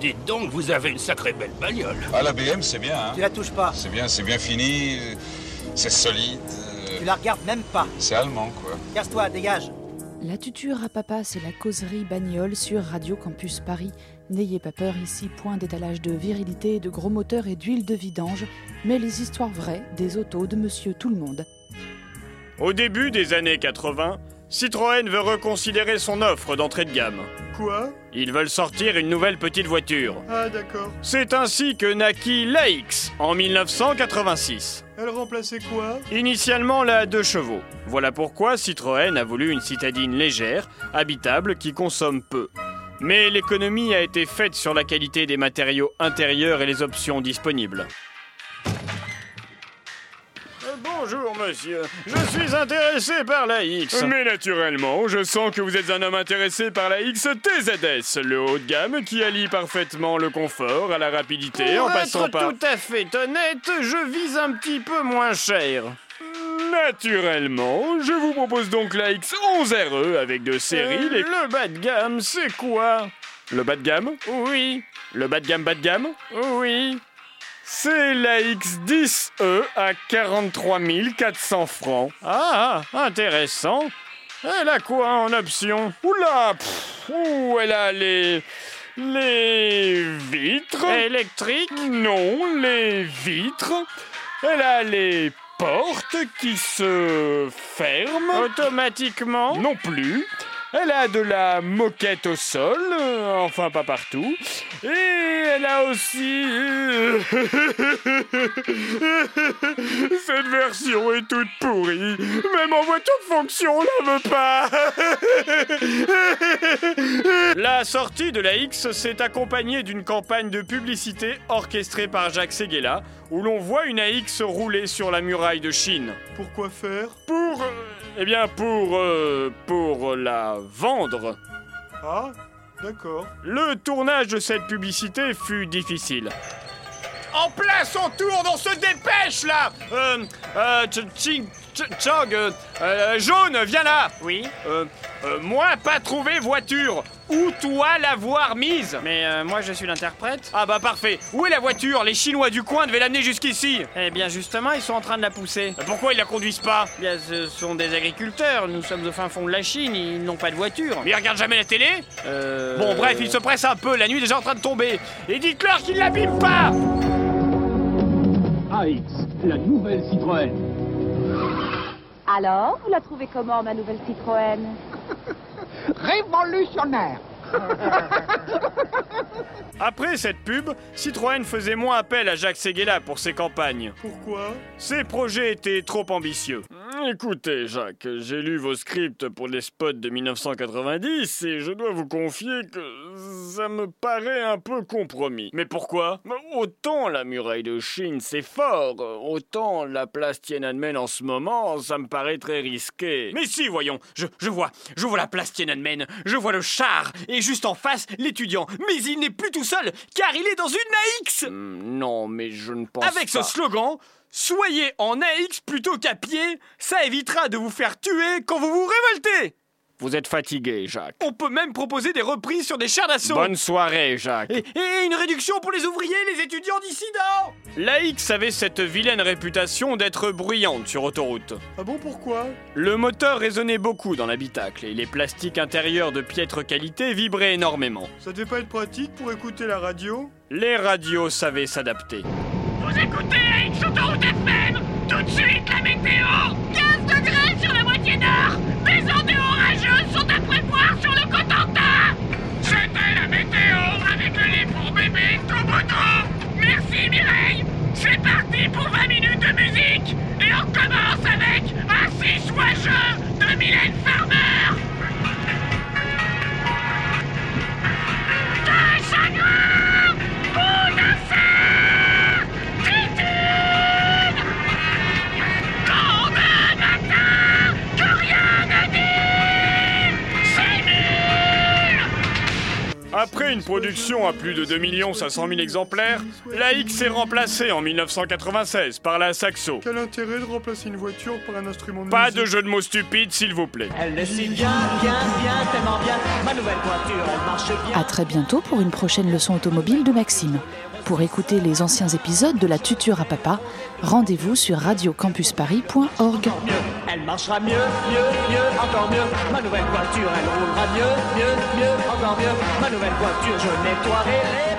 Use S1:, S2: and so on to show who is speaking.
S1: Dites donc, vous avez une sacrée belle bagnole.
S2: Ah, la BM, c'est bien, hein
S3: Tu la touches pas.
S2: C'est bien, c'est bien fini, euh, c'est solide, euh,
S3: Tu la regardes même pas.
S2: c'est allemand, quoi.
S3: Casse-toi, dégage.
S4: La tuture à papa, c'est la causerie bagnole sur Radio Campus Paris. N'ayez pas peur, ici, point d'étalage de virilité, de gros moteurs et d'huile de vidange, mais les histoires vraies des autos de monsieur tout le monde.
S5: Au début des années 80, Citroën veut reconsidérer son offre d'entrée de gamme.
S6: Quoi
S5: Ils veulent sortir une nouvelle petite voiture.
S6: Ah d'accord.
S5: C'est ainsi que naquit l'AX en 1986.
S6: Elle remplaçait quoi
S5: Initialement la à deux chevaux. Voilà pourquoi Citroën a voulu une citadine légère, habitable, qui consomme peu. Mais l'économie a été faite sur la qualité des matériaux intérieurs et les options disponibles. Euh, Bonjour monsieur, je suis intéressé par la X. Mais naturellement, je sens que vous êtes un homme intéressé par la X TZS, le haut de gamme qui allie parfaitement le confort à la rapidité en passant par... tout à fait honnête, je vise un petit peu moins cher. Naturellement, je vous propose donc la X11RE E avec de série. Euh, Le bas de gamme, c'est quoi Le bas de gamme Oui. Le bas de gamme bas de gamme Oui. C'est la X10E à 43 400 francs. Ah, intéressant. Elle a quoi en option Oula, pff, ouh, elle a les... Les vitres Électriques Non, les vitres. Elle a les portes qui se ferment. Automatiquement Non plus. Elle a de la moquette au sol, euh, enfin pas partout. Et elle a aussi... euh, Cette version est toute pourrie. Même en voiture de fonction, on la veut pas. la sortie de la X s'est accompagnée d'une campagne de publicité orchestrée par Jacques Seguela, où l'on voit une AX rouler sur la muraille de Chine.
S6: Pourquoi faire
S5: Pour... euh, eh bien, pour... euh, pour la vendre.
S6: Ah d'accord.
S5: Le tournage de cette publicité fut difficile.
S7: En place, on tourne, on se dépêche là
S5: Euh, euh, Ch- Ching- Ch- Chong, euh, euh, jaune, viens là
S7: Oui
S5: euh, euh, Moi, pas trouvé voiture Où toi l'avoir mise
S7: Mais euh, moi je suis l'interprète.
S5: Ah bah parfait Où est la voiture Les Chinois du coin devaient l'amener jusqu'ici Euh,
S7: Eh bien justement, ils sont en train de la pousser.
S5: Pourquoi ils la conduisent pas
S7: Bien, ce sont des agriculteurs, nous sommes au fin fond de la Chine, ils n'ont pas de voiture.
S5: Mais ils regardent jamais la télé
S7: Euh...
S5: Bon bref, ils se pressent un peu, la nuit est déjà en train de tomber Et dites-leur qu'ils l'abîment pas
S8: AX, la nouvelle Citroën.
S9: Alors, vous la trouvez comment, ma nouvelle Citroën
S8: Révolutionnaire.
S5: Après cette pub, Citroën faisait moins appel à Jacques Seguela pour ses campagnes.
S6: Pourquoi
S5: Ces projets étaient trop ambitieux. Mm, Écoutez, Jacques, j'ai lu vos scripts pour les spots de 1990 et je dois vous confier que ça me paraît un peu compromis. Mais pourquoi Autant la muraille de Chine, c'est fort, autant la place Tiananmen en ce moment, ça me paraît très risqué. Mais si, voyons, je, je vois, je vois la place Tiananmen, je vois le char et juste en face, l'étudiant. Mais il n'est plus tout seul, car il est dans une AX Hmm, Non, mais je ne pense Avec ce slogan, Soyez en AX plutôt qu'à pied, ça évitera de vous faire tuer quand vous vous révoltez Vous êtes fatigué, Jacques. On peut même proposer des reprises sur des chars d'assaut. Bonne soirée, Jacques. Et, et une réduction pour les ouvriers et les étudiants dissidents L'AX avait cette vilaine réputation d'être bruyante sur autoroute.
S6: Ah bon pourquoi
S5: Le moteur résonnait beaucoup dans l'habitacle et les plastiques intérieurs de piètre qualité vibraient énormément.
S6: Ça devait pas être pratique pour écouter la radio
S5: Les radios savaient s'adapter.
S10: Vous écoutez AX Autoroute FM Tout de suite la météo 15 degrés sur la moitié nord Des ondes orageuses sont à prévoir sur le Cotentin C'était la météo avec le livre pour bébé Tobodro Merci Mireille C'est parti pour 20 minutes de musique Et on commence avec Assis Joyeux de Mylène Farmer De chagrin Bourassa Titine Tombe matin Que rien ne dit C'est nul
S5: À Après une production à plus de 2 500 000 exemplaires, la X est remplacée en 1996 par la Saxo.
S6: Quel intérêt de remplacer une voiture par un instrument de
S5: Pas
S6: musique
S5: de jeu de mots stupides, s'il vous plaît.
S10: Elle le suit bien, bien, bien, tellement bien. Ma nouvelle voiture, elle marche bien.
S4: À très bientôt pour une prochaine leçon automobile de Maxime. Pour écouter les anciens épisodes de La Tuture à Papa, rendez-vous sur radiocampusparis.org.
S10: mieux, elle marchera mieux, mieux, mieux, encore mieux. Ma nouvelle voiture, elle roulera mieux, mieux, mieux, encore mieux. Ma nouvelle voiture, je nettoierai les